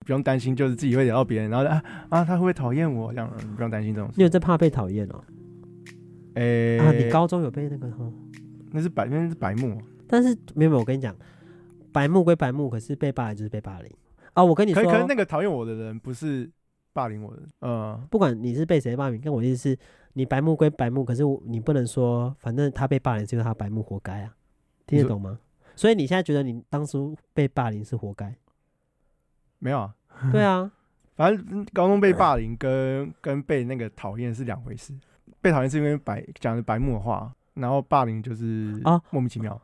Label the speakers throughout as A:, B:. A: 不用担心，就是自己会聊到别人，然后啊啊，他会不会讨厌我？这样嗯不用担心这种事。
B: 你有在怕被讨厌哦？
A: 诶、
B: 啊，你高中有被那个哈？
A: 那是白那是白目，
B: 但是没有没有，我跟你讲，白目归白目，可是被霸凌就是被霸凌啊！我跟你
A: 可
B: 说，
A: 可是那个讨厌我的人不是霸凌我的，嗯，
B: 不管你是被谁霸凌，跟我意思是，你白目归白目，可是我你不能说，反正他被霸凌是因为他白目活该啊，听
A: 你
B: 得
A: 说
B: 懂吗？所以你现在觉得你当初被霸凌是活 该？
A: 没有啊。
B: 对啊，
A: 反正嗯高中被霸凌跟跟被那个讨厌是两回事，被讨厌是因为白讲的白目的话，然后霸凌就是
B: 啊
A: 莫名其妙，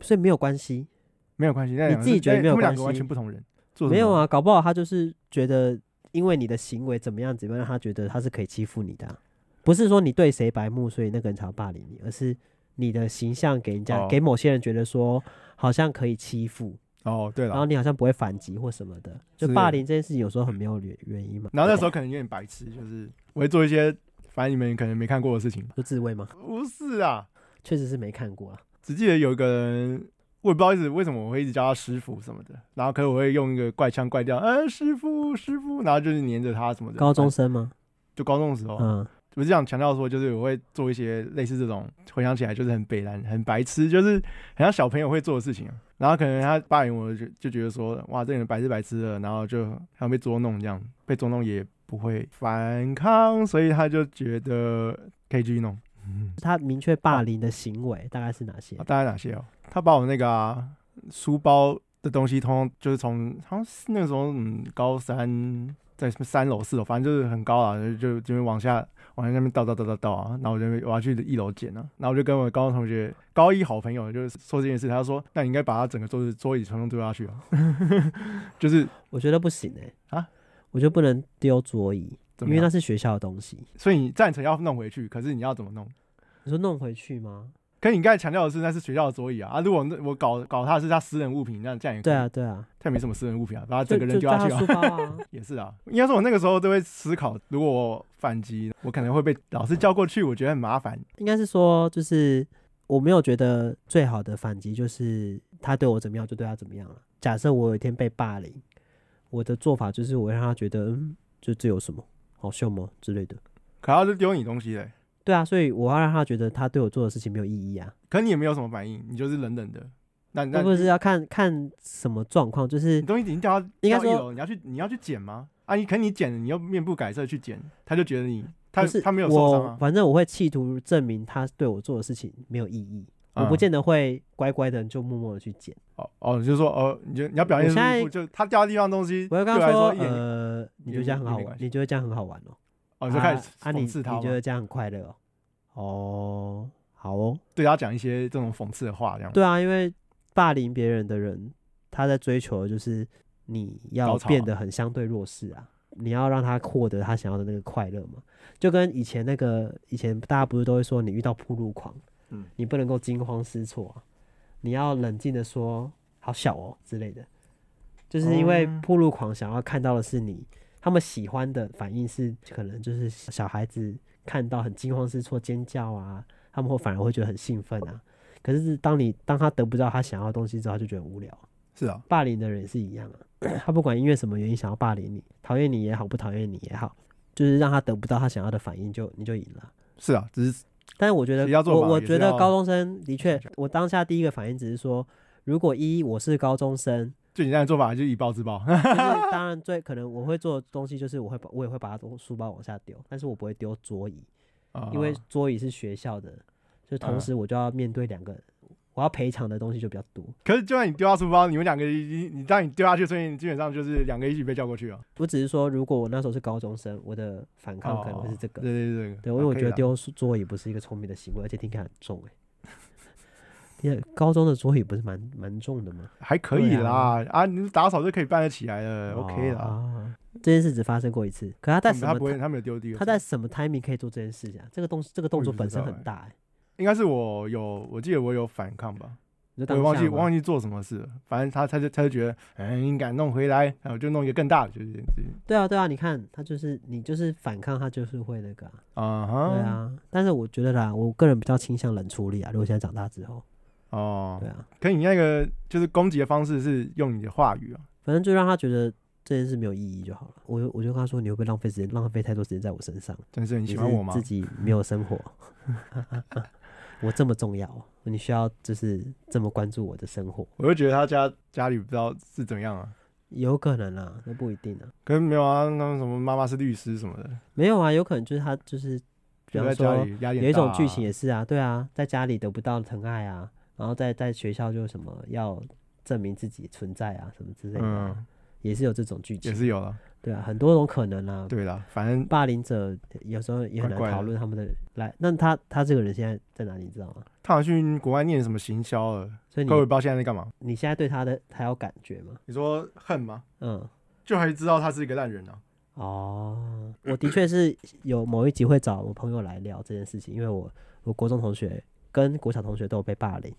B: 所以没有关系，
A: 没有关系。那
B: 你
A: 两个
B: 自己
A: 是
B: 觉得
A: 因为
B: 没有
A: 他们两
B: 关
A: 个完
B: 系
A: 全不同人，做什
B: 没有
A: 么
B: 啊，搞不好他就是觉得，因为你的行为怎么样怎么样，他觉得他是可以欺负你的啊、不是说你对谁白目，所以那个人才要霸凌你，而是你的形象给人家、
A: 哦
B: 给某些人觉得说好像可以欺负，
A: 哦，对
B: 然
A: 了
B: 后，你好像不会反击或什么的，就是霸凌这件事情有时候很没有原原因嘛。
A: 然后那时候可能有点白痴，就是我会做一些反正你们可能没看过的事情。
B: 就自慰吗？
A: 不是啊，
B: 确实是没看过啊。
A: 只记得有一个人，我也不知道一直为什么我会一直叫他师傅什么的，然后可是我会用一个怪腔怪调，嗯，师傅师傅，然后就是黏着他什么的。
B: 高中
A: 反
B: 生吗？
A: 就高中的时候，
B: 嗯，
A: 我是想强调说，就是我会做一些类似这种，回想起来就是很北蓝、很白痴，就是很像小朋友会做的事情啊、然后可能他霸凌我就就觉得说，哇，这个人白痴白痴的，然后就好像被捉弄这样，被捉弄也不会反抗，所以他就觉得可以继续弄。嗯，
B: 他明确霸凌的行为大概是哪些
A: 啊、？大概哪些哦？他把我那个、啊、书包的东西通通就是从好像是那个时候嗯高三在什么三楼四楼，反正就是很高啊，就就就往下往下那边倒倒倒倒倒啊，然后我就我要去一楼捡啊，然后我就跟我高中同学高一好朋友就是说这件事，他说那你应该把他整个桌子桌椅全都丢下去啊， 就是
B: 我觉得不行哎、
A: 啊，
B: 我觉得不能丢桌椅，
A: 怎
B: 因
A: 么
B: 为那
A: 样？
B: 是学校的东西。
A: 所以你赞成要弄回去，可是你要怎么弄？
B: 你说弄回去吗？
A: 可你刚才强调的是那是学校的桌椅啊，啊，如果我搞搞他是他私人物品，那这样也可以
B: 对，啊，对啊，
A: 他也没什么私人物品啊，把他
B: 就
A: 整个人
B: 就
A: 丢下
B: 叫
A: 去啊
B: 他书。包 啊。
A: 也是啊，应该说，我那个时候都会思考，如果我反击，我可能会被老师叫过去，我觉得很麻烦。
B: 应该是说，就是我没有觉得最好的反击就是他对我怎么样就对他怎么样了。假设我有一天被霸凌，我的做法就是我会让他觉得，嗯，就这有什么好笑吗之类的。
A: 可他就丢你东西嘞，
B: 对啊，所以我要让他觉得他对我做的事情没有意义啊。
A: 可你也没有什么反应，你就是冷冷的。那那嗯
B: 那不是要看看什么状况，就是
A: 你东西已经掉到
B: 应该
A: 掉一
B: 说
A: 楼，你要去你要去捡吗？啊，你可你捡了，你又面不改色去捡，他就觉得你他
B: 不是
A: 他没有受伤
B: 我
A: 啊，
B: 反正我会企图证明他对我做的事情没有意义，我
A: 嗯
B: 不见得会乖乖的就默默的去捡。
A: 哦哦，你就说哦，你就你要表现
B: 我现在
A: 出一副就他掉地方的东西，
B: 我会
A: 对啊
B: 跟
A: 我
B: 他
A: 来
B: 说，
A: 一点
B: 呃，你觉得这样很好玩，你觉得这样很好玩哦。
A: 哦，你就开始
B: 啊，啊你
A: 讽刺他
B: 你
A: 嘛
B: 觉，得这样很快乐哦？哦，好哦，
A: 对他讲一些这种讽刺的话，这样
B: 对啊，因为霸凌别人的人，他在追求的就是你要
A: 高潮啊
B: 变得很相对弱势啊，你要让他获得他想要的那个快乐嘛。就跟以前那个以前大家不是都会说，你遇到铺路狂，
A: 嗯
B: 你不能够惊慌失措啊，你要冷静的说“好小哦”之类的，就是因为
A: 哦
B: 铺路狂想要看到的是你。他们喜欢的反应是，可能就是小孩子看到很惊慌失措、尖叫啊，他们会反而会觉得很兴奋啊。可是当你当他得不到他想要的东西之后，他就觉得很无聊。
A: 是啊，
B: 霸凌的人也是一样啊，他不管因为什么原因想要霸凌你，讨厌你也好，不讨厌你也好，就是让他得不到他想要的反应就，你就赢了。
A: 是啊，只是
B: 但是我觉得
A: 其实要，做
B: 我
A: 法
B: 我
A: 也
B: 觉
A: 是
B: 得
A: 要
B: 高中生的确，我当下第一个反应只是说，如果一我是高中生，
A: 最简单的做法就是以暴制暴，
B: 就是当然最可能我会做的东西就是我会把我也会把他东书包往下丢，但是我不会丢桌椅，因为
A: 啊
B: 桌椅是学校的，就同
A: 嗯
B: 时我就要面对两个，我要赔偿的东西就比较多。
A: 可是就算你丢到书包，你们两个一你你当你丢下去，所以你基本上就是两个一起被叫过去啊。
B: 我只是说，如果我那时候是高中生，我的反抗可能会是这个。
A: 哦对对对，
B: 对，因为我觉得
A: 啊可以啦
B: 丢书桌椅不是一个聪明的行为，而且听起来很重哎、 因为高中的桌椅不是蛮蛮重的吗
A: 还可以
B: 对
A: 啦啊，你打扫就可以办得起来了
B: 哦
A: ，OK 啦。
B: 啊这件事只发生过一次，可他在什
A: 他不
B: 么
A: 会，他没有丢地。
B: 他在什么 timing 可以做这件事情啊？这个动这个动作本身
A: 欸
B: 很大哎、
A: 应该是我有，我记得我有反抗吧，
B: 你就
A: 我也
B: 当下
A: 忘记
B: 吗
A: 我忘记做什么事了。反正他他就他就觉得，嗯，你敢弄回来，然后就弄一个更大的，就是这
B: 对啊对啊，你看他就是你就是反抗他就是会那个啊、
A: 啊
B: 对
A: 哈，
B: 啊，但是我觉得啦，我个人比较倾向冷处理啊。如果现在长大之后，
A: 哦
B: 对，啊，
A: 可你那个就是攻击的方式是用你的话语啊，
B: 反正就让他觉得这件事没有意义就好了。我就我就跟他说，你会不会浪费时间，浪费太多时间在我身上？
A: 但是你
B: 你
A: 喜
B: 是
A: 欢我吗
B: 自？己没有生活， 我这么重要，你需要就是这么关注我的生活？
A: 我就觉得他家家里不知道是怎样啊，
B: 有可能啊，那不一定啊。
A: 可是没有啊，那种什么妈妈是律师什么的，
B: 没有啊，有可能就是他就是，比
A: 就
B: 方
A: 在家
B: 说
A: 里压力很大啊、
B: 有一种剧情也是啊，对啊，在家里得不到疼爱啊，然后在在学校就什么要证明自己存在啊，什么之类的啊、
A: 嗯，
B: 也是有这种剧
A: 也
B: 情，
A: 是有了。
B: 对啊，很多种可能啊。
A: 对啦，反正
B: 霸凌者有时候也很
A: 怪
B: 难
A: 怪的
B: 讨论他们的来，那他他这个人现在在哪里，你知道吗？
A: 他好像去国外念什么行销了，
B: 所以
A: 各
B: 你
A: 位不知道现在在干嘛？
B: 你现在对他的还有感觉吗？
A: 你说恨吗？
B: 嗯，
A: 就还知道他是一个烂人啊？
B: 哦，我的确是有某一集会找我朋友来聊这件事情，因为我我国中同学跟国小同学都有被霸凌，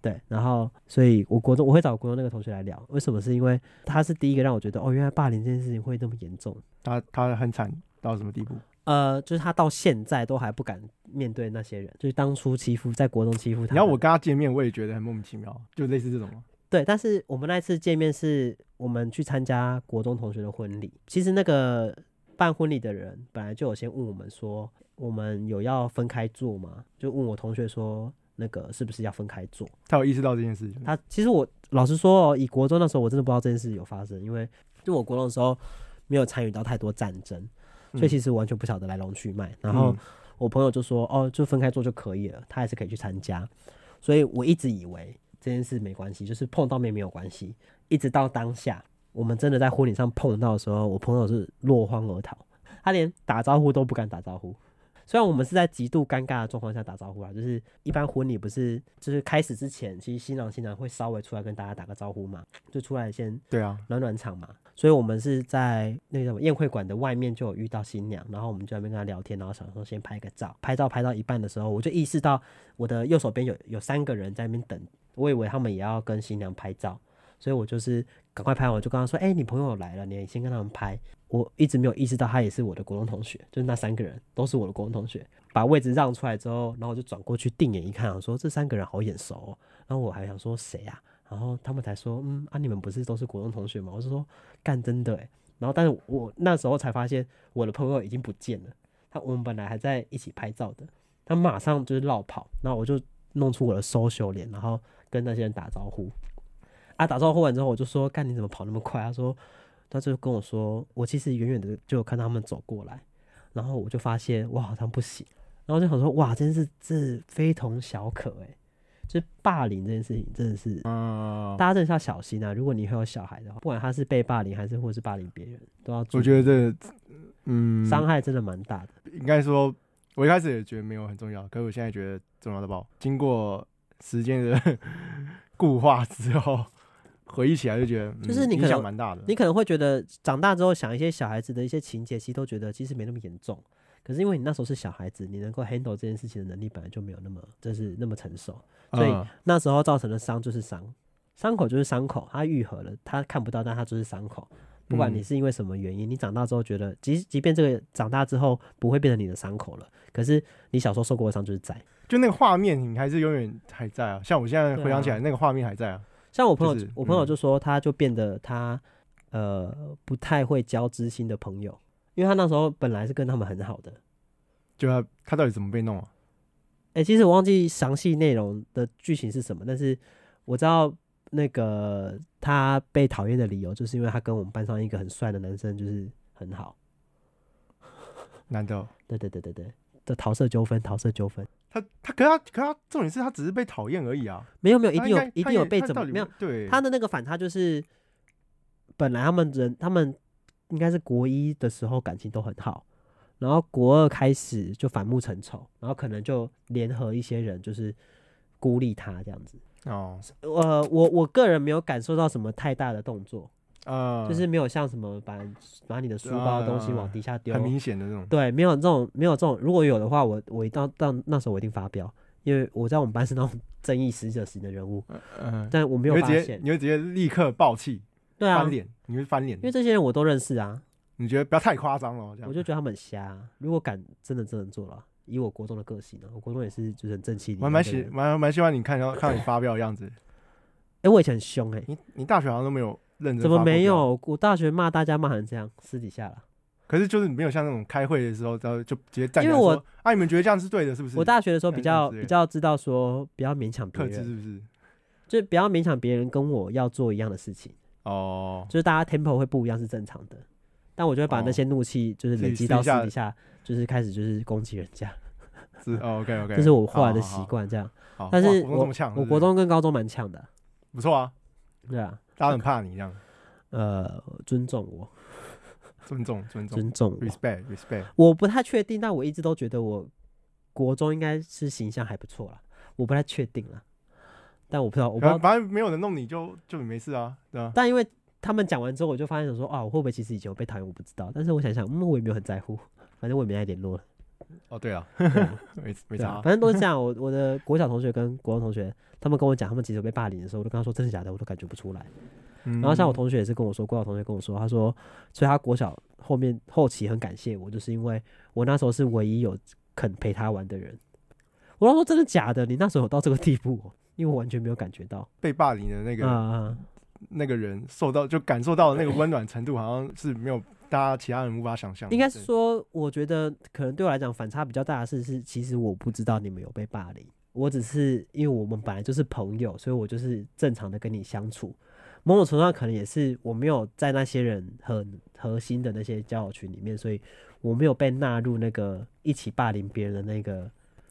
B: 对，然后所以我国中我会找国中那个同学来聊，为什么？是因为他是第一个让我觉得哦，原来霸凌这件事情会那么严重，
A: 他他很惨到什么地步？
B: 呃，就是他到现在都还不敢面对那些人，就是当初欺负在国中欺负他，
A: 你要我跟他见面，我也觉得很莫名其妙，就类似这种嘛。
B: 对，但是我们那一次见面是我们去参加国中同学的婚礼。其实那个办婚礼的人本来就有先问我们说，我们有要分开坐吗？就问我同学说，那个是不是要分开坐？
A: 他有意识到这件事情，
B: 他其实我老实说哦，以国中那时候我真的不知道这件事有发生，因为就我国中的时候没有参与到太多战争，所以
A: 嗯
B: 其实完全不晓得来龙去脉。然后
A: 嗯
B: 我朋友就说，哦，就分开做就可以了，他还是可以去参加。所以我一直以为这件事没关系，就是碰到面没有关系，一直到当下我们真的在婚礼上碰到的时候，我朋友是落荒而逃，他连打招呼都不敢打招呼。虽然我们是在极度尴尬的状况下打招呼啦，就是一般婚礼不是就是开始之前，其实新郎新娘会稍微出来跟大家打个招呼嘛，就出来先
A: 对啊，
B: 暖暖场嘛，所以我们是在那个什么宴会馆的外面就有遇到新娘，然后我们就在那边跟她聊天，然后想说先拍个照，拍照拍到一半的时候，我就意识到我的右手边有有三个人在那边等，我以为他们也要跟新娘拍照，所以我就是赶快拍完，我就跟他说，哎、你朋友来了，你先跟他们拍。我一直没有意识到他也是我的国中同学，就是那三个人都是我的国中同学。把位置让出来之后，然后我就转过去定眼一看，我说这三个人好眼熟、哦，然后我还想说谁啊？然后他们才说，嗯啊，你们不是都是国中同学吗？我是说，干真的哎。然后，但是我那时候才发现，我的朋友已经不见了。他我们本来还在一起拍照的，他马上就是绕跑。然后我就弄出我的 social 脸，然后跟那些人打招呼。啊，打招呼完之后，我就说，干你怎么跑那么快？他说，他就跟我说，我其实远远的就有看到他们走过来，然后我就发现哇，好像不行。然后就想说，哇，真是这非同小可哎、就是霸凌这件事情真的是
A: 嗯，
B: 大家真的是要小心啊！如果你会有小孩的话，不管他是被霸凌还是或者是霸凌别人，都要注
A: 我
B: 意
A: 觉得这，嗯，
B: 伤害真的蛮大的。
A: 应该说，我一开始也觉得没有很重要，可是我现在觉得重要的爆。经过时间的 固化之后，回忆起来就觉得，嗯
B: 就是你可
A: 影
B: 能
A: 响蛮大的。
B: 你可能会觉得长大之后想一些小孩子的一些情节，其实都觉得其实没那么严重。可是因为你那时候是小孩子，你能够 handle 这件事情的能力本来就没有那么就是那么成熟，所以
A: 嗯
B: 那时候造成的伤就是伤，伤口就是伤口，它愈合了，它看不到，但它就是伤口。不管你
A: 嗯
B: 是因为什么原因，你长大之后觉得，即即便这个长大之后不会变成你的伤口了，可是你小时候受过的伤就是在。
A: 就那个画面，你还是永远还在啊。像我现在
B: 对啊
A: 回想起来，那个画面还在啊。
B: 像我朋友，
A: 就是
B: 我朋友
A: 嗯
B: 就说，他就变得他呃不太会交知心的朋友，因为他那时候本来是跟他们很好的。
A: 就他他到底怎么被弄啊？
B: 哎、其实我忘记详细内容的剧情是什么，但是我知道那个他被讨厌的理由，就是因为他跟我们班上一个很帅的男生就是很好。
A: 难道
B: 对对对对对，的桃色纠纷，桃色纠纷，
A: 他他可他可他重点是他只是被讨厌而已啊。
B: 没有没有，一
A: 他
B: 定
A: 应
B: 有
A: 该
B: 一
A: 他
B: 定有
A: 也
B: 被
A: 他
B: 怎
A: 到
B: 么
A: 底
B: 没有？
A: 对
B: 他的那个反差就是，本来他们人他们应该是国一的时候感情都很好，然后国二开始就反目成仇，然后可能就联合一些人就是孤立他这样子。
A: 哦
B: 呃，我我个人没有感受到什么太大的动作，
A: 呃，
B: 就是没有像什么把把你的书包的东西往地下丢
A: 啊很，明显的那种。
B: 对，没有这种没有这种，如果有的话，我我一到到那时候我一定发飙，因为我在我们班是那种 正义使者型的人物，
A: 嗯，
B: 但我没
A: 你
B: 有
A: 会
B: 发
A: 直接
B: 现，
A: 你会直接立刻爆气
B: 对啊
A: 翻，脸，你会翻脸
B: 因。为这些人我都认识啊，
A: 你觉得不要太夸张了，这样
B: 我就觉得他们很瞎啊。如果敢真的真的做了，以我国中的个性啊呢、我国中也是就是很正气凛
A: 我还
B: 然
A: 蛮
B: 的
A: 喜
B: 人。
A: 蛮蛮喜欢你看到看到你发飙的样子。
B: 哎、我以前很凶哎、
A: 你你大学好像都没有认真。
B: 怎么没？有？我大学骂大家骂成这样，私底下了。
A: 可是就是没有像那种开会的时候，然后就直接站起来
B: 因为我
A: 说啊，你们觉得这样是对的，是不是？
B: 我大学的时候比
A: 这样
B: 较
A: 子
B: 比较知道说，不要勉强别
A: 克制
B: 人，
A: 是不是？
B: 就是不要勉强别人跟我要做一样的事情，
A: 哦，
B: 就是大家 tempo 会不一样是正常的。但我就会把
A: 哦
B: 那些怒气就是
A: 自
B: 累
A: 己
B: 积
A: 私
B: 到私
A: 下
B: 底下，就是开始就是攻击人家，
A: 是 OK OK，
B: 这是我后来的
A: 好好
B: 习惯。这样，
A: 好
B: 但
A: 哇
B: 是
A: 国中这么呛，是
B: 我
A: 不是
B: 国中跟高中蛮强的，
A: 不错啊，
B: 对啊，
A: 大家很怕你这样，
B: 呃，尊重我，
A: 尊重尊重
B: 尊重我。
A: ，respect respect。
B: 我不太确定，但我一直都觉得我国中应该是形象还不错啦，我不太确定啦，但我不知道，我不知道
A: 反，反正没有人弄你就就没事啊，对吧？
B: 但因为他们讲完之后，我就发现想说啊，我会不会其实以前有被讨厌，我不知道，但是我想想，嗯，我也没有很在乎，反正我也没再联络了，
A: 哦，对啊，
B: 对啊
A: 没没
B: 对
A: 啥
B: 啊
A: 啊，
B: 反正都是这样。我我的国小同学跟国中同学，他们跟我讲他们其实有被霸凌的时候，我就跟他说真的假的，我都感觉不出来。
A: 然
B: 然后像我同学也是跟我说，国小同学跟我说，他说，所以他国小后面后期很感谢我，就是因为我那时候是唯一有肯陪他玩的人。我要说真的假的？你那时候有到这个地步哦、因为我完全没有感觉到。
A: 被霸凌的那
B: 啊
A: 个
B: 啊、
A: 那个人受到就感受到的那个温暖程度，好像是没有大家其他人无法想象的。
B: 应该是
A: 对
B: 说，我觉得可能对我来讲反差比较大的是，是其实我不知道你们有被霸凌，我只是因为我们本来就是朋友，所以我就是正常的跟你相处。某种程度上，可能也是我没有在那些人很核心的那些交友群里面，所以我没有被纳入那个一起霸凌别人的那个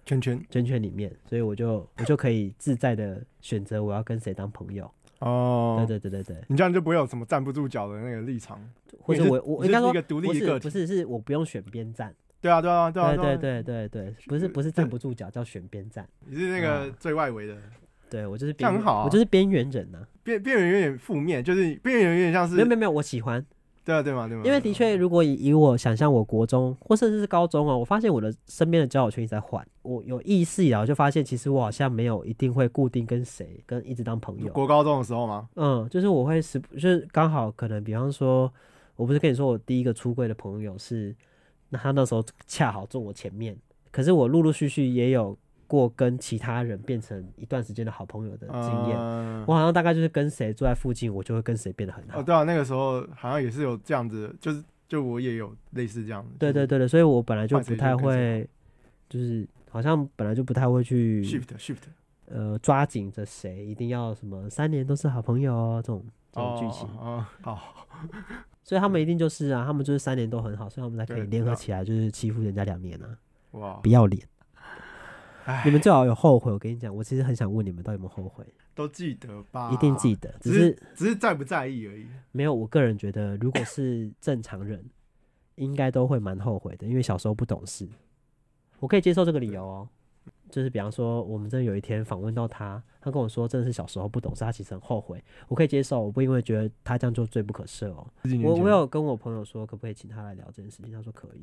A: 圈圈
B: 圈圈里面，所以我就我就可以自在的选择我要跟谁当朋友。
A: 哦
B: 对，对对对对，
A: 你这样就不会有什么站不住脚的那个立场。
B: 或者
A: 你是
B: 我我
A: 你
B: 应该
A: 就是
B: 说
A: 一个独
B: 不
A: 立的
B: 是
A: 个
B: 不
A: 体，
B: 是是我不用选边站。
A: 对啊对啊对啊
B: 对
A: 啊，
B: 对对对，不是
A: 是哎
B: 不是
A: 这
B: 站不住脚，叫选边站。
A: 你是那个
B: 啊
A: 最外围的。
B: 对我就是
A: 这样
B: 边缘
A: 很好啊
B: 我就是边缘人呐、
A: 变变得有点负面，就是变得有点像是
B: 没有没有没有，我喜欢，
A: 对啊对嘛对嘛，
B: 因为的确，如果以以我想象，我国中或甚至是高中哦，我发现我的身边的交友圈一直在换。我有意识以来，我就发现其实我好像没有一定会固定跟谁跟一直当朋
A: 对
B: 友。
A: 国高中的时候嘛，
B: 嗯，就是我会时不就是刚好可能，比方说，我不是跟你说我第一个出柜的朋友是，那他那时候恰好坐我前面，可是我陆陆续续也有过跟其他人变成一段时间的好朋友的经验。
A: 嗯
B: 我好像大概就是跟谁坐在附近，我就会跟谁变得很好。
A: 哦对啊，那个时候好像也是有这样子，就是就我也有类似这样的，
B: 对对
A: 对
B: 对对，所以我本来就
A: 换
B: 不
A: 谁就
B: 太
A: 跟谁
B: 会，就是好像本来就不太会去
A: ，shift shift
B: 呃抓紧着谁一定要什么三年都是好朋友哦这种这种剧情，
A: 哦，哦好，
B: 所以他们一定就是啊，他们就是三年都很好，所以他们才可以
A: 对
B: 联合
A: 那
B: 起来就是欺负人家两年啊，
A: 哇
B: 不，要脸！
A: 唉
B: 你们最好有后悔，我跟你讲，我其实很想问你们到底有没有后悔，
A: 都记得吧，
B: 一定记，得，啊只
A: 只是
B: 是
A: 只是在不在意而已。
B: 没有，我个人觉得如果是正常人，应该都会蛮后悔的，因为小时候不懂事。我可以接受这个理由哦，就是比方说，我们真的有一天访问到他，他跟我说真的是小时候不懂事，他其实很后悔。我可以接受，我不因为觉得他这样就罪不可赦哦。
A: 十几年
B: 我
A: 前
B: 我有跟我朋友说，可不可以请他来聊这件事情，他说可以。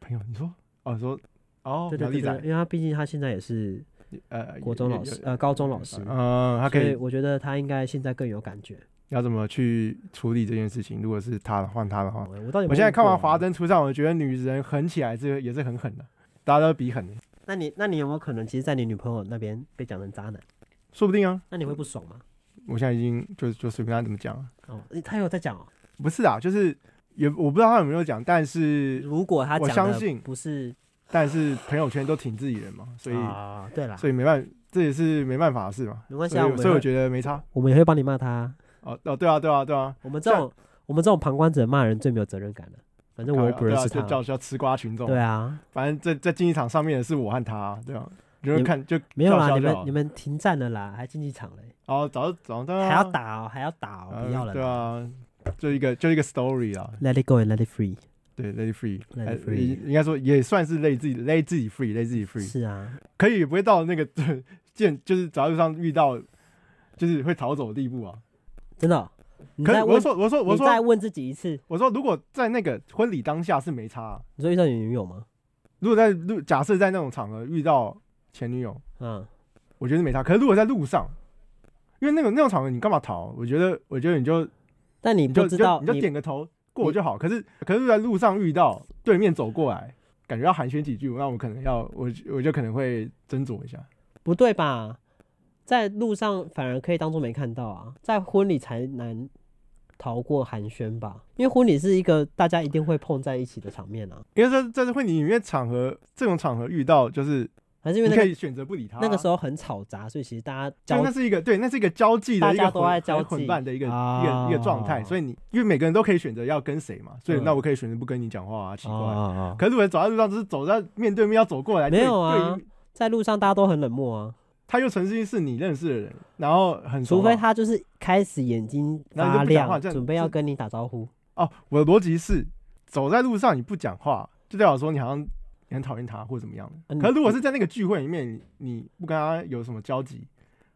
A: 朋友，你说哦你说哦，
B: 对对
A: 苗
B: 对
A: 栗
B: 对，
A: 仔
B: 因为他毕竟他现在也是
A: 呃
B: 国中老师，呃高中老师，
A: 嗯，他可
B: 所以
A: 以
B: 我觉得他应该现在更有感觉。
A: 要怎么去处理这件事情？如果是他换他的话，
B: 我到底有没有
A: 我现在
B: 问
A: 看完《
B: 过啊
A: 华灯初上》，我觉得女人狠起来这也是很狠的，大家都比狠，
B: 那你那你有没有可能，其实，在你女朋友那边被讲成渣男？
A: 说不定啊。
B: 那你会不爽吗？
A: 我现在已经就就随便他怎么讲了，啊
B: 哦，诶他有在讲哦。
A: 不是啊，就是也我不知道他有没有讲，但是
B: 如果他
A: 我
B: 讲
A: 相
B: 的
A: 信
B: 不是，
A: 但是朋友圈都挺自己人嘛，所以、
B: 啊，对啦，
A: 所以没办这也是没办法的事嘛。
B: 没关系
A: 所
B: 啊，我
A: 以
B: 们
A: 所以我
B: 会
A: 觉得没差。
B: 我们也会帮你骂他。
A: 哦哦，对啊对啊对啊，
B: 我们这种我们这种旁观者骂人最没有责任感了，反正我又不认识
A: 对啊就叫
B: 他。
A: 叫吃瓜群众。
B: 对啊，
A: 反正在在竞技场上面的是我和他、啊，对啊。就是看就
B: 嗯没有
A: 叫
B: 啦，
A: 嚣
B: 你
A: 就好
B: 们你们停战了啦，还竞技场嘞，
A: 哦，早就早上
B: 还要打哦，还要打哦，
A: 啊
B: 不要了
A: 对
B: 啦。
A: 啊，就一个就一个 story 啊，
B: Let it go and let it free。
A: 对，Lady Free，
B: Let
A: 呃
B: it free
A: 应应该说也算是 Lady 自己 Lady 自己 Free，Lady 自己 Free，
B: 是啊，
A: 可以也不会到那个 见就是早路上遇到就是会逃走的地步啊。
B: 真的哦。你
A: 可是
B: 再
A: 我
B: 问，
A: 说我说我
B: 你再
A: 说
B: 问自己一次，
A: 我说，如果在那个婚礼当下是没差啊、
B: 你说遇到你女友吗？
A: 如果在路假设在那种场合遇到前女友，
B: 嗯，
A: 我觉得没差。可是如果在路上，因为那种那种场合你干嘛逃？我觉得我觉得你就
B: 但你
A: 你
B: 不
A: 就
B: 知
A: 你
B: 道
A: 就你就点个头过就好。可是可是在路上遇到对面走过来，感觉要寒暄几句，那我可能要我我就可能会斟酌一下。
B: 不对吧？在路上反而可以当做没看到啊，在婚礼才难逃过寒暄吧，因为婚礼是一个大家一定会碰在一起的场面啊。
A: 因为在在这婚礼里面场合，这种场合遇到，就是
B: 还是因
A: 你
B: 为那
A: 可
B: 个
A: 以选择不理他啊、
B: 那个时
A: 候，
B: 候很吵杂，所以其实大家
A: 就
B: 交
A: 那是一个对，那是一个交际的
B: 大
A: 一
B: 家
A: 个
B: 都
A: 混
B: 爱交
A: 很混
B: 际
A: 办的一个、一个
B: 啊
A: 一个状态。所以你因为每个人都可以选择要跟谁嘛，所以
B: 嗯
A: 那我可以选择不跟你讲话啊，奇怪。
B: 啊，
A: 可是我走在路上，就是走在面对面要走过来，
B: 没
A: 对
B: 有啊
A: 对于
B: 在路上大家都很冷漠啊，
A: 他又曾经是你认识的人，然后很熟啊
B: 除
A: 嘛，
B: 非他就是开始眼睛
A: 然后就
B: 发
A: 不讲话
B: 亮，
A: 这样
B: 准备要跟你打招呼。
A: 哦，我的逻辑是，走在路上你不讲话，就代表说你好像你很讨厌他或者怎么样的。
B: 嗯
A: 可是如果是在那个聚会里面，你你不跟他有什么交集，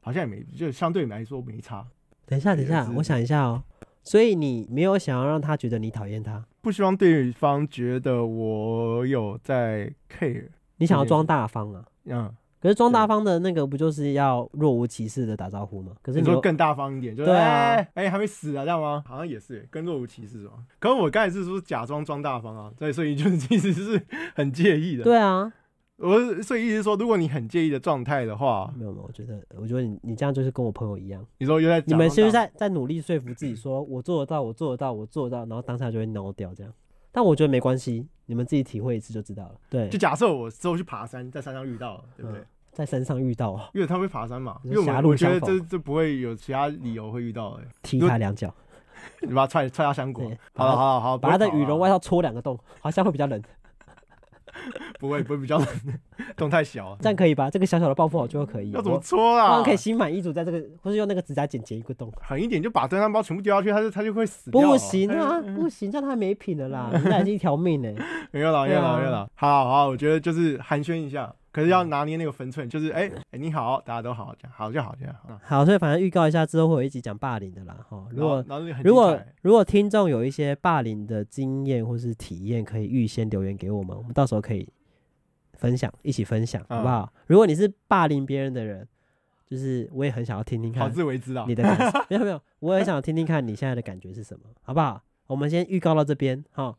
A: 好像也没，就相对来说没差。
B: 等一下，等一
A: 也
B: 下
A: 是，
B: 我想一下哦。所以你没有想要让他觉得你讨厌他，
A: 不希望对方觉得我有在 care，
B: 你想要
A: 对
B: 装大方啊。
A: 嗯，
B: 可是装
A: 对
B: 大方的那个不就是要若无其事的打招呼吗？可是
A: 你
B: 你
A: 说
B: 又
A: 更大方一点，就是
B: 对啊
A: 哎哎、还没死啊，这样吗？好像也是，跟若无其事嘛。可是我刚才是说假装装大方啊，对，所以就是其实是很介意的。
B: 对啊，
A: 我是所以意思是说，如果你很介意的状态的话，
B: 没有没有，我觉得我觉得你你这样就是跟我朋友一样，
A: 你说又在假
B: 你们
A: 装
B: 是不是
A: 大
B: 在在努力说服
A: 嗯
B: 自己说我做得到，我做得到，我做得到，然后当下就会 no 掉这样？但我觉得没关系，你们自己体会一次就知道了。对
A: 就，假设我之后去爬山，在山上遇到了，对不对？
B: 嗯在山上遇到啊，
A: 因为他会爬山嘛，因
B: 你
A: 为
B: 是
A: 我
B: 狭
A: 们
B: 路
A: 我觉
B: 相
A: 得
B: 逢
A: 这这不会有其他理由会遇到的、
B: 踢
A: 如
B: 他两脚，
A: 你把他踹踹下山谷
B: 对。
A: 好了好了好了，
B: 把他的
A: 不会跑啊
B: 羽绒外套戳两个洞，好像会比 较冷，
A: 不会不会比较 冷，洞太小了，啊
B: 这样可以吧？这个小小的报复我就可以。
A: 要怎么
B: 我
A: 搓
B: 当
A: 啊
B: 哦然？可以心满意足，在这个或是用那个指甲剪剪一个洞。
A: 狠一点就把登山包全部丢下去，他就他就会死掉啊。
B: 不行啊，不行，这样太没品了啦，
A: 嗯
B: 人家已经一条 命呢。
A: 没有了，没有了，
B: 对啊
A: 没有了。好好，我觉得就是寒暄一下，可是要拿捏那个分寸，就是哎、哎你好，大家都好，这样好就好，这样好。
B: 好，所以反正预告一下，之后会有一集讲霸凌的啦。哈，如果
A: 然后然后那个很
B: 如果
A: 精彩
B: 如果听众有一些霸凌的经验或是体验，可以预先留言给我们，我们到时候可以分享，一起分享，
A: 嗯
B: 好不好？如果你是霸凌别人的人，就是我也很想要听听
A: 好
B: 看
A: 自为之啊
B: 你，的 感受，没有没有，我也想听听看你现在的感觉是什么，好不好？我们先预告到这边，哈，